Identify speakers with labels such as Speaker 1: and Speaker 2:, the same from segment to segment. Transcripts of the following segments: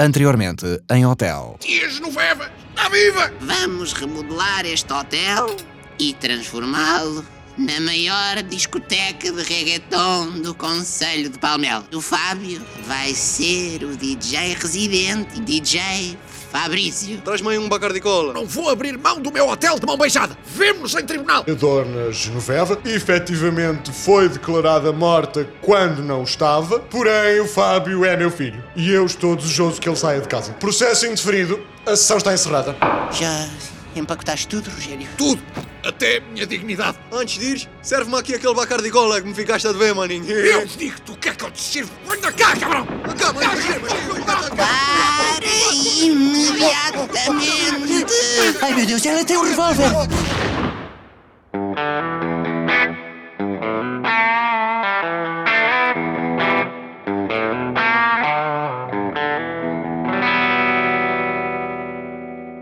Speaker 1: Anteriormente, em hotel.
Speaker 2: Tias Noveva, está viva!
Speaker 3: Vamos remodelar este hotel e transformá-lo na maior discoteca de reggaeton do Conselho de Palmel. O Fábio vai ser o DJ residente, DJ Fabrício.
Speaker 4: Traz-me aí um bacardicola.
Speaker 2: Não vou abrir mão do meu hotel de mão beijada. Vemo-nos em tribunal.
Speaker 5: A Dona Genoveva efetivamente foi declarada morta quando não estava, porém o Fábio é meu filho e eu estou desejoso que ele saia de casa. Processo indeferido, a sessão está encerrada.
Speaker 3: Já empacotaste tudo, Rogério?
Speaker 2: Tudo, até a minha dignidade.
Speaker 4: Antes de ires, serve-me aqui aquele bacardicola que me ficaste a dever, maninho.
Speaker 2: Eu digo-te o que é que eu te sirvo. Anda cá, cabrão!
Speaker 4: Cá, maninho, cá, maninho, cá, cá.
Speaker 3: Para imediatamente!
Speaker 6: Ai meu Deus, ela tem um revólver!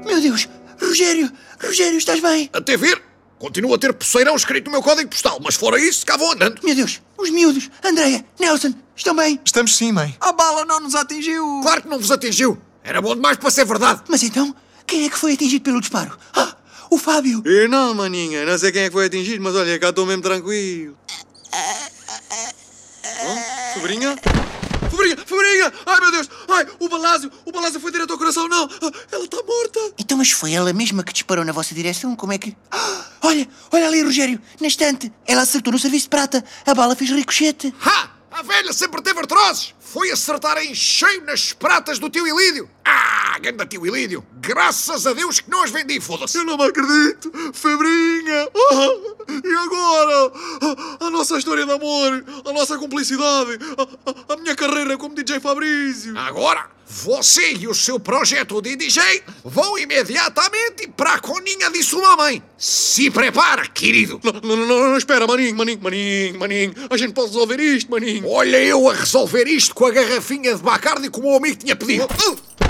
Speaker 6: Meu Deus! Rogério! Rogério, estás bem?
Speaker 2: Até ver, continuo a ter poceirão escrito no meu código postal, mas fora isso, cá vou andando.
Speaker 6: Meu Deus! Os miúdos! Andreia! Nelson! Estão bem?
Speaker 7: Estamos sim, mãe.
Speaker 4: A bala não nos atingiu.
Speaker 2: Claro que não vos atingiu. Era bom demais para ser verdade.
Speaker 6: Mas então, quem é que foi atingido pelo disparo? Ah! O Fábio!
Speaker 4: E não, maninha, não sei quem é que foi atingido, mas olha, cá estou mesmo tranquilo. Hã? Sobrinha? Sobrinha, sobrinha! Ai, meu Deus! Ai, o Balásio! O Balásio foi direto ao coração, não! Ah, Ela está morta!
Speaker 6: Então, mas foi ela mesma que disparou na vossa direção? Como é que. Ah, olha! Olha ali, Rogério! Na estante! Ela acertou no serviço de prata! A bala fez ricochete!
Speaker 2: Ha! A velha sempre teve artroses. Foi acertar em cheio nas pratas do tio Ilídio. Ah, ganda tio Ilídio. Graças a Deus que não as vendi, foda-se.
Speaker 4: Eu não me acredito! Febrinha! Ah, e agora? Ah, a nossa história de amor, a nossa cumplicidade, Ah, a, a- a minha carreira como DJ Fabrício.
Speaker 2: Agora, você e o seu projeto de DJ vão imediatamente para a coninha de sua mãe. Se prepara, querido.
Speaker 4: Não, não, não, não, não, espera, maninho, maninho, maninho, maninho. A gente pode resolver isto, maninho.
Speaker 2: Olha eu a resolver isto com a garrafinha de Bacardi como o amigo tinha pedido.
Speaker 4: Oh,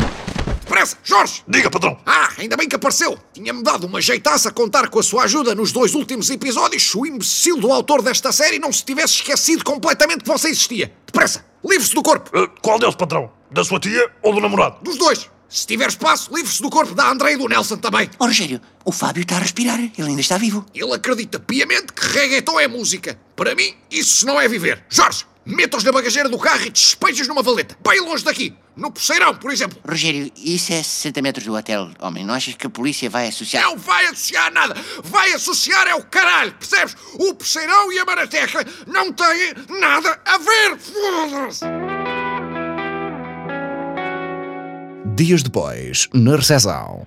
Speaker 2: Depressa, Jorge!
Speaker 8: Diga, patrão.
Speaker 2: Ah, ainda bem que apareceu! Tinha-me dado uma jeitaça a contar com a sua ajuda nos dois últimos episódios se o imbecil do autor desta série não se tivesse esquecido completamente que você existia. Depressa, livre-se do corpo!
Speaker 8: Eh, qual deles, patrão? Da sua tia ou do namorado?
Speaker 2: Dos dois! Se tiver espaço, livre-se do corpo da André e do Nelson também.
Speaker 6: Oh, Rogério, o Fábio está a respirar. Ele ainda está vivo.
Speaker 2: Ele acredita piamente que reggaeton é música. Para mim, isso não é viver. Jorge, meta-os na bagageira do carro e despeja-os numa valeta. Bem longe daqui. No Poceirão, por exemplo.
Speaker 3: Rogério, isso é 60 metros do hotel, homem. Não achas que a polícia vai associar.
Speaker 2: Não vai associar nada. Vai associar é o caralho, percebes? O Poceirão e a Marateca não têm nada a ver. Foda-se.
Speaker 1: Dias depois, na recepção.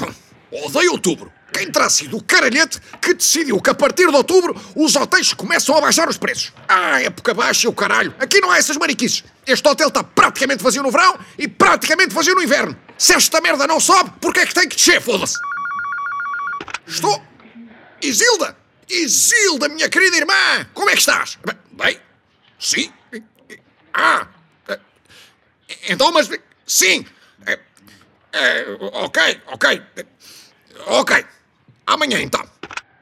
Speaker 2: Hum, Odeio outubro. Quem terá sido o caralhete que decidiu que a partir de outubro os hotéis começam a baixar os preços? Ah, época baixa, o caralho. Aqui não há essas mariquices. Este hotel está praticamente vazio no verão e praticamente vazio no inverno. Se esta merda não sobe, porque é que tem que descer, foda-se? Estou... Isilda! Isilda, minha querida irmã! Como é que estás? Bem, Bem, sim. Ah, eh, então, mas... Sim. Eh, eh, ok, ok. Ok. Amanhã então.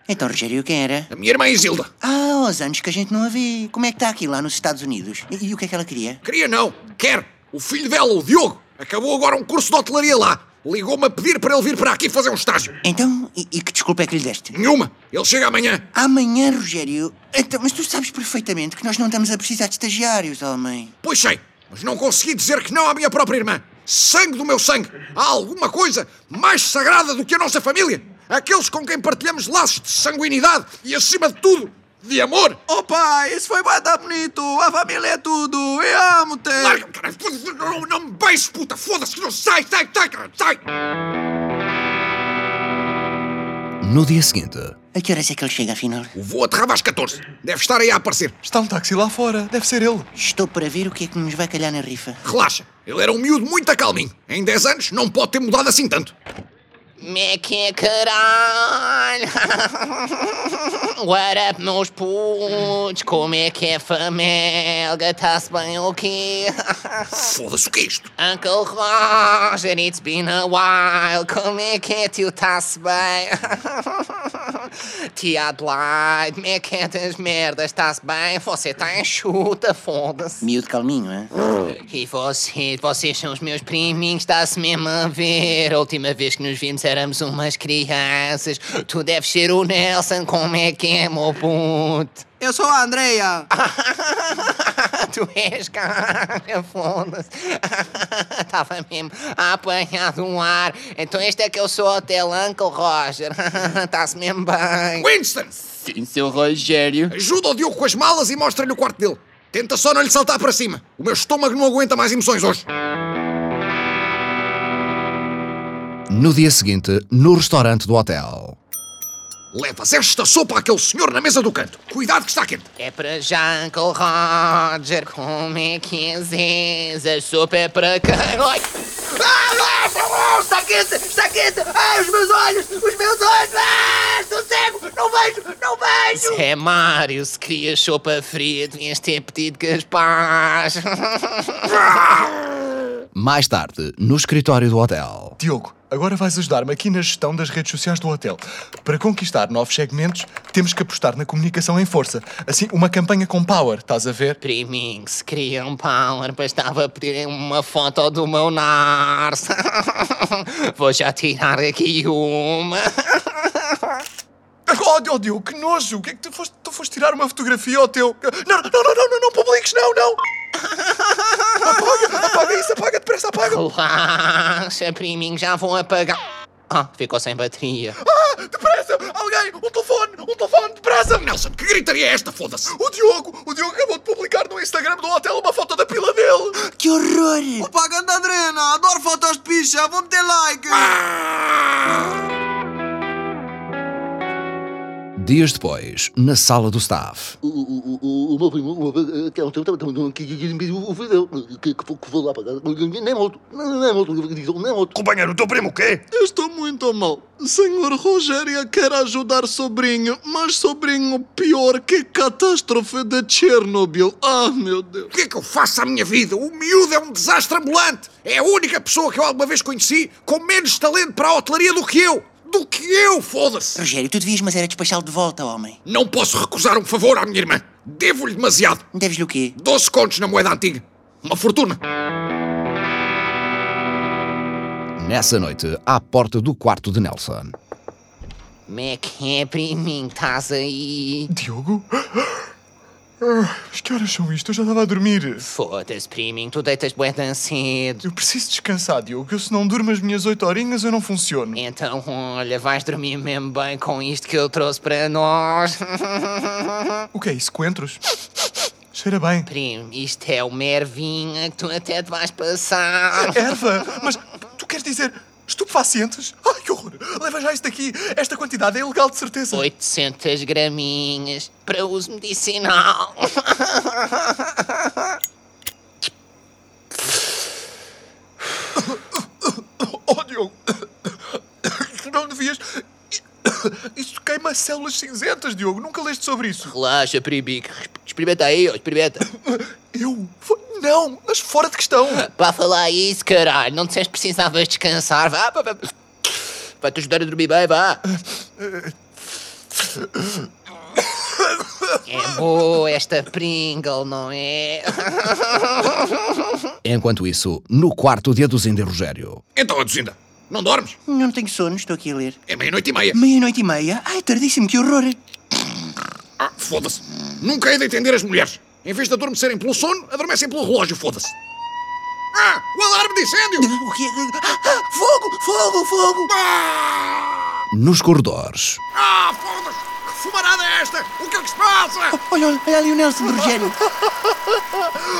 Speaker 6: Então, Rogério, quem era?
Speaker 2: A minha irmã Isilda.
Speaker 6: Ah, os anos que a gente não a vê. Como é que está aqui lá nos Estados Unidos? E, e o que é que ela queria?
Speaker 2: Queria não. Quer. O filho dela, o Diogo, acabou agora um curso de hotelaria lá. Ligou-me a pedir para ele vir para aqui fazer um estágio.
Speaker 6: Então, e, e que desculpa é que lhe deste?
Speaker 2: Nenhuma. Ele chega amanhã.
Speaker 6: Amanhã, Rogério. Então, mas tu sabes perfeitamente que nós não estamos a precisar de estagiários, homem.
Speaker 2: Pois sei. Mas não consegui dizer que não à minha própria irmã. Sangue do meu sangue. Há alguma coisa mais sagrada do que a nossa família? Aqueles com quem partilhamos laços de sanguinidade e, acima de tudo, de amor.
Speaker 4: Oh pai, isso foi bada bonito. A família é tudo. Eu amo-te.
Speaker 2: Larga-me, Oh, caralho. Foda-se. Não, não me beijes, puta. Foda-se. que Não sai, sai, sai, caralho. Sai.
Speaker 1: No dia seguinte,
Speaker 6: A que horas é que ele chega, afinal?
Speaker 2: O voo aterrava às 14. Deve estar aí a aparecer.
Speaker 7: Está um táxi lá fora. Deve ser ele.
Speaker 6: Estou para ver o que é que nos vai calhar na rifa.
Speaker 2: Relaxa, ele era um miúdo muito acalminho. Em 10 anos não pode ter mudado assim tanto.
Speaker 3: Me que caralho! What up, meus putos? Como é que é a família? Tá-se bem ou quê?
Speaker 2: Foda-se o que é isto.
Speaker 3: Uncle Roger, it's been a while. Como é que é, tio? Tá-se bem?
Speaker 9: Tia Adelaide, como é que é das merdas? Está-se bem? Você
Speaker 3: tá
Speaker 9: está enxuta, foda-se.
Speaker 6: Miúdo calminho, é?
Speaker 9: E você, vocês são os meus priminhos, está-se mesmo a ver. A última vez que nos vimos éramos umas crianças. Tu deves ser o Nelson, como é que é, meu puto? Ah,
Speaker 10: Eu sou a Andreia.
Speaker 3: Ah.
Speaker 9: tu és cara, foda-se. Estava mesmo a apanhar de um ar. Então este é que eu sou o hotel Uncle Roger. Está-se mesmo bem.
Speaker 2: Winston!
Speaker 6: Sim, seu Rogério.
Speaker 2: Ajuda o Diogo com as malas e mostra-lhe o quarto dele. Tenta só não lhe saltar para cima. O meu estômago não aguenta mais emoções hoje.
Speaker 1: No dia seguinte, no restaurante do hotel.
Speaker 2: Levas esta sopa àquele senhor na mesa do canto. Cuidado que está quente.
Speaker 9: É para já, Uncle Roger, como é que és? A sopa é para quem?
Speaker 10: Ah,
Speaker 9: Ai!
Speaker 10: ah, ah, ah, está quente, está quente. Ah, os meus olhos, os meus olhos. Ah, estou cego, não vejo, não vejo.
Speaker 9: É Mário, se querias sopa fria, devias ter pedido Gaspar.
Speaker 1: Mais tarde, no escritório do hotel.
Speaker 7: Diogo, agora vais ajudar-me aqui na gestão das redes sociais do hotel. Para conquistar novos segmentos, temos que apostar na comunicação em força. Assim, uma campanha com power, estás a ver?
Speaker 9: Priminho, se queria um power, bastava pedir uma foto do meu Nars. Vou já tirar aqui uma.
Speaker 7: Oh, oh, Diogo, que nojo! O que é que tu foste, tu foste tirar uma fotografia ao teu... Não, não, não, não, não, não publiques, não, não! Apaga, apaga isso, apaga, depressa, apaga!
Speaker 9: Relaxa, priminho, é já vou apagar. Ah, ficou sem bateria.
Speaker 7: Ah, depressa! Alguém! Um telefone! Um telefone, depressa!
Speaker 2: Nelson, que gritaria é esta? Foda-se.
Speaker 7: O Diogo! O Diogo acabou de publicar no Instagram do hotel uma foto da pila dele!
Speaker 6: Que horror!
Speaker 10: Opa, ganda Andrena, adoro fotos de picha, vou meter like.
Speaker 2: Ah!
Speaker 1: Dias depois, na sala do staff.
Speaker 11: O, o, o, o meu primo, uma vez, eh, que é um tempo, também não quis me o vídeo, que, que, que foi lá para casa, nem outro, nem outro, nem outro.
Speaker 8: Companheiro, o teu primo o quê?
Speaker 4: Eu estou muito mal. Senhor Rogério quer ajudar sobrinho, mas sobrinho pior que catástrofe de Chernobyl. Ah, meu Deus.
Speaker 2: O que é que eu faço à minha vida? O miúdo é um desastre ambulante. É a única pessoa que eu alguma vez conheci com menos talento para a hotelaria do que eu. Do que eu, foda-se.
Speaker 6: Rogério, tu devias, mas era despachá-lo de volta, homem.
Speaker 2: Não posso recusar um favor à minha irmã. Devo-lhe demasiado.
Speaker 6: Deves-lhe o quê?
Speaker 2: 12 contos na moeda antiga. Uma fortuna.
Speaker 1: Nessa noite, à porta do quarto de Nelson.
Speaker 9: Como é que é, priminho? Estás aí?
Speaker 7: Diogo? Ah, Mas que horas são isto? Eu já estava a dormir.
Speaker 9: Foda-se, priminho, tu deitas bué tão cedo.
Speaker 7: Eu preciso descansar, Diogo. Eu, se não durmo as minhas oito horinhas, eu não funciono.
Speaker 9: Então, olha, vais dormir mesmo bem com isto que eu trouxe para nós.
Speaker 7: O que é isso? Coentros? Cheira bem.
Speaker 9: Primo, isto é uma ervinha que tu até te vais passar.
Speaker 7: Erva! Mas tu queres dizer estupefacientes? Ai, que horror! Leva já isto daqui. Esta quantidade é ilegal, de certeza.
Speaker 9: 800 graminhas para uso medicinal.
Speaker 7: Oh, Diogo! Tu não devias... Isso queima células cinzentas, Diogo. Nunca leste sobre isso.
Speaker 9: Relaxa, pribico. Experimenta aí, ó, experimenta.
Speaker 7: Eu? Fo- Não, mas fora de questão.
Speaker 9: Vá falar isso, caralho. Não disseste que precisavas descansar. Vá, vá, vá. Vai-te ajudar a dormir bem, vá. É boa esta Pringle, não é?
Speaker 1: Enquanto isso, no quarto de Aduzinda e Rogério.
Speaker 2: Então, Aduzinda, não dormes?
Speaker 6: Hum, Não tenho sono, estou aqui a ler.
Speaker 2: É meia-noite e meia.
Speaker 6: Meia-noite e meia? Ai, tardíssimo, que horror!
Speaker 2: Ah, foda-se. Nunca hei de entender as mulheres. Em vez de adormecerem pelo sono, adormecem pelo relógio, foda-se. Ah, o alarme de incêndio!
Speaker 6: O que é? Ah, ah, fogo, fogo, fogo!
Speaker 2: Ah,
Speaker 1: Nos corredores.
Speaker 2: ah foda-se! Que fumarada é esta? O que é que se passa?
Speaker 6: Olha, olha, olha ali o Nelson de Rogério.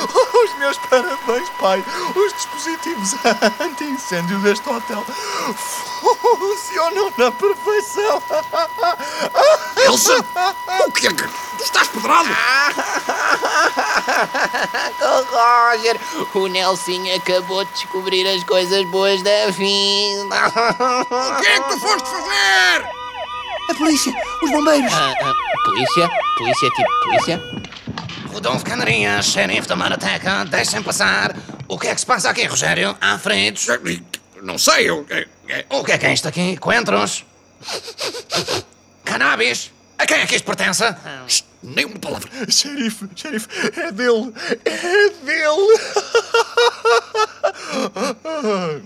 Speaker 7: Os meus parabéns, pai. Os dispositivos anti-incêndio deste hotel funcionam na perfeição.
Speaker 2: Elsa, o que é que... Tu estás pedrado?
Speaker 9: Uncle Roger, o Nelsinho acabou de descobrir as coisas boas da vida.
Speaker 2: O que é que tu foste fazer?
Speaker 6: A polícia, os bombeiros.
Speaker 9: Ah, ah, polícia? Polícia, tipo polícia? Rodolfo Canarinha, xerife da Marateca, deixem passar. O que é que se passa aqui, Rogério? À frente.
Speaker 2: Não sei, eu... é- é-
Speaker 9: O que é que é isto aqui? Coentros?
Speaker 2: Cannabis? A quem é que isto pertence? Shh, nem uma palavra.
Speaker 7: Xerife, xerife, é dele! É dele!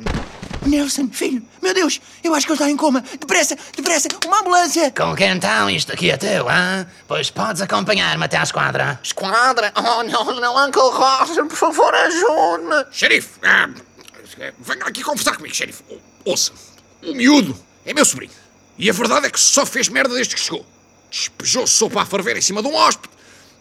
Speaker 6: Nelson, filho, meu Deus, eu acho que ele está em coma. Depressa, depressa, uma ambulância!
Speaker 3: Com que então isto aqui é teu, hã? Pois podes acompanhar-me até à esquadra.
Speaker 9: Esquadra? Oh, não, não, Uncle Roger, por favor, ajude-me.
Speaker 2: Xerife, ah, venha aqui conversar comigo, xerife. O- Ouça, o miúdo é meu sobrinho. E a verdade é que só fez merda desde que chegou. Despejou sopa a ferver em cima de um hóspede,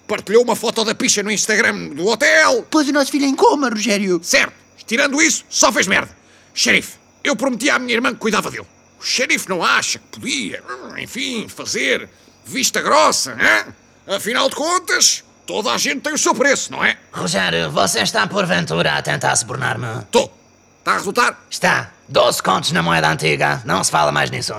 Speaker 2: partilhou uma foto da picha no Instagram do hotel.
Speaker 6: Pôs o nosso filho é em coma, Rogério.
Speaker 2: Certo, tirando isso, só fez merda. Xerife, eu prometi à minha irmã que cuidava dele. O xerife não acha que podia, hum, enfim, fazer vista grossa, hã? Afinal de contas, toda a gente tem o seu preço, não é?
Speaker 3: Rogério, você está porventura a tentar subornar-me?
Speaker 2: Tô. Está a resultar?
Speaker 3: Está. 12 contos na moeda antiga. Não se fala mais nisso.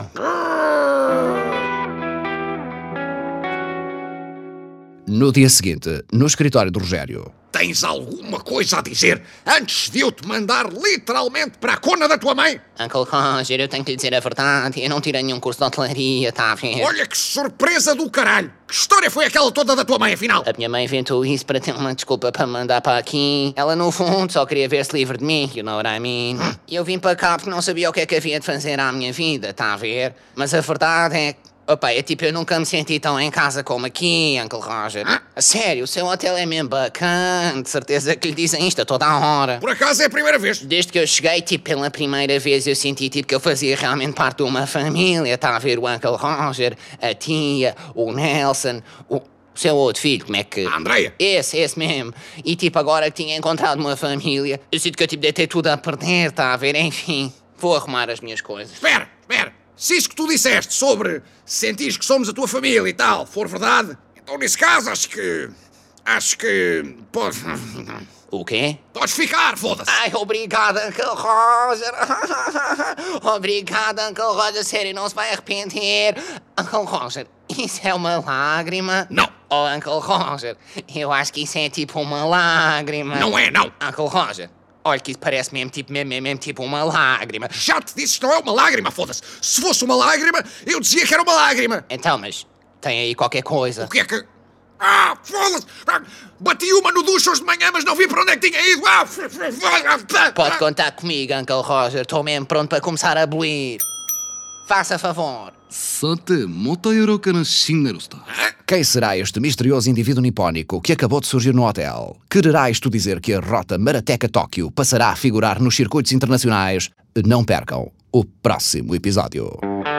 Speaker 1: No dia seguinte, no escritório do Rogério.
Speaker 2: Tens alguma coisa a dizer antes de eu te mandar literalmente para a cona da tua mãe?
Speaker 9: Uncle Roger, eu tenho que lhe dizer a verdade. Eu não tirei nenhum curso de hotelaria, está a ver?
Speaker 2: Olha que surpresa do caralho! Que história foi aquela toda da tua mãe, afinal?
Speaker 9: A minha mãe inventou isso para ter uma desculpa para mandar para aqui. Ela, no fundo, só queria ver-se livre de mim, you know what I mean? E eu vim para cá porque não sabia o que é que havia de fazer à minha vida, está a ver? Mas a verdade é que. Opa, é tipo, eu nunca me senti tão em casa como aqui, Uncle Roger. A sério, o seu hotel é mesmo bacana. De certeza que lhe dizem isto a toda a hora.
Speaker 2: Por acaso é a primeira vez?
Speaker 9: Desde que eu cheguei, tipo, pela primeira vez eu senti tipo que eu fazia realmente parte de uma família. Está a ver o Uncle Roger, a tia, o Nelson, o o seu outro filho, como é que.
Speaker 2: A Andreia.
Speaker 9: Esse, esse mesmo. E tipo, agora que tinha encontrado uma família, eu sinto que eu tipo deitei tudo a perder, está a ver? Enfim, vou arrumar as minhas coisas.
Speaker 2: Espera, espera. Se isso que tu disseste sobre sentires que somos a tua família e tal for verdade, então nesse caso acho que. Acho que. Podes.
Speaker 9: O quê?
Speaker 2: Podes ficar, foda-se!
Speaker 9: Ai, obrigada, Uncle Roger. obrigada, Uncle Roger. Sério, não se vai arrepender. Uncle Roger, isso é uma lágrima?
Speaker 2: Não.
Speaker 9: Oh, Uncle Roger, eu acho que isso é tipo uma lágrima.
Speaker 2: Não é, não!
Speaker 9: Uncle Roger, olha que isso parece mesmo tipo, mesmo, mesmo, mesmo tipo uma lágrima.
Speaker 2: Já te disse que não é uma lágrima, foda-se! Se fosse uma lágrima, eu dizia que era uma lágrima!
Speaker 9: Então, mas tem aí qualquer coisa.
Speaker 2: O que é que. Ah, foda-se! Ah, Bati uma no ducho hoje de manhã, mas não vi para onde é que tinha ido! Ah, f- f- f- ah, pá,
Speaker 9: Pode
Speaker 2: ah.
Speaker 9: contar comigo, Uncle Roger. Estou mesmo pronto para começar a bulir. Faça favor.
Speaker 12: さてまたやろうかなシンネルスター
Speaker 2: Ah,
Speaker 1: Quem será este misterioso indivíduo nipónico que acabou de surgir no hotel? Quererá isto dizer que a rota Marateca-Tóquio passará a figurar nos circuitos internacionais? Não percam o próximo episódio.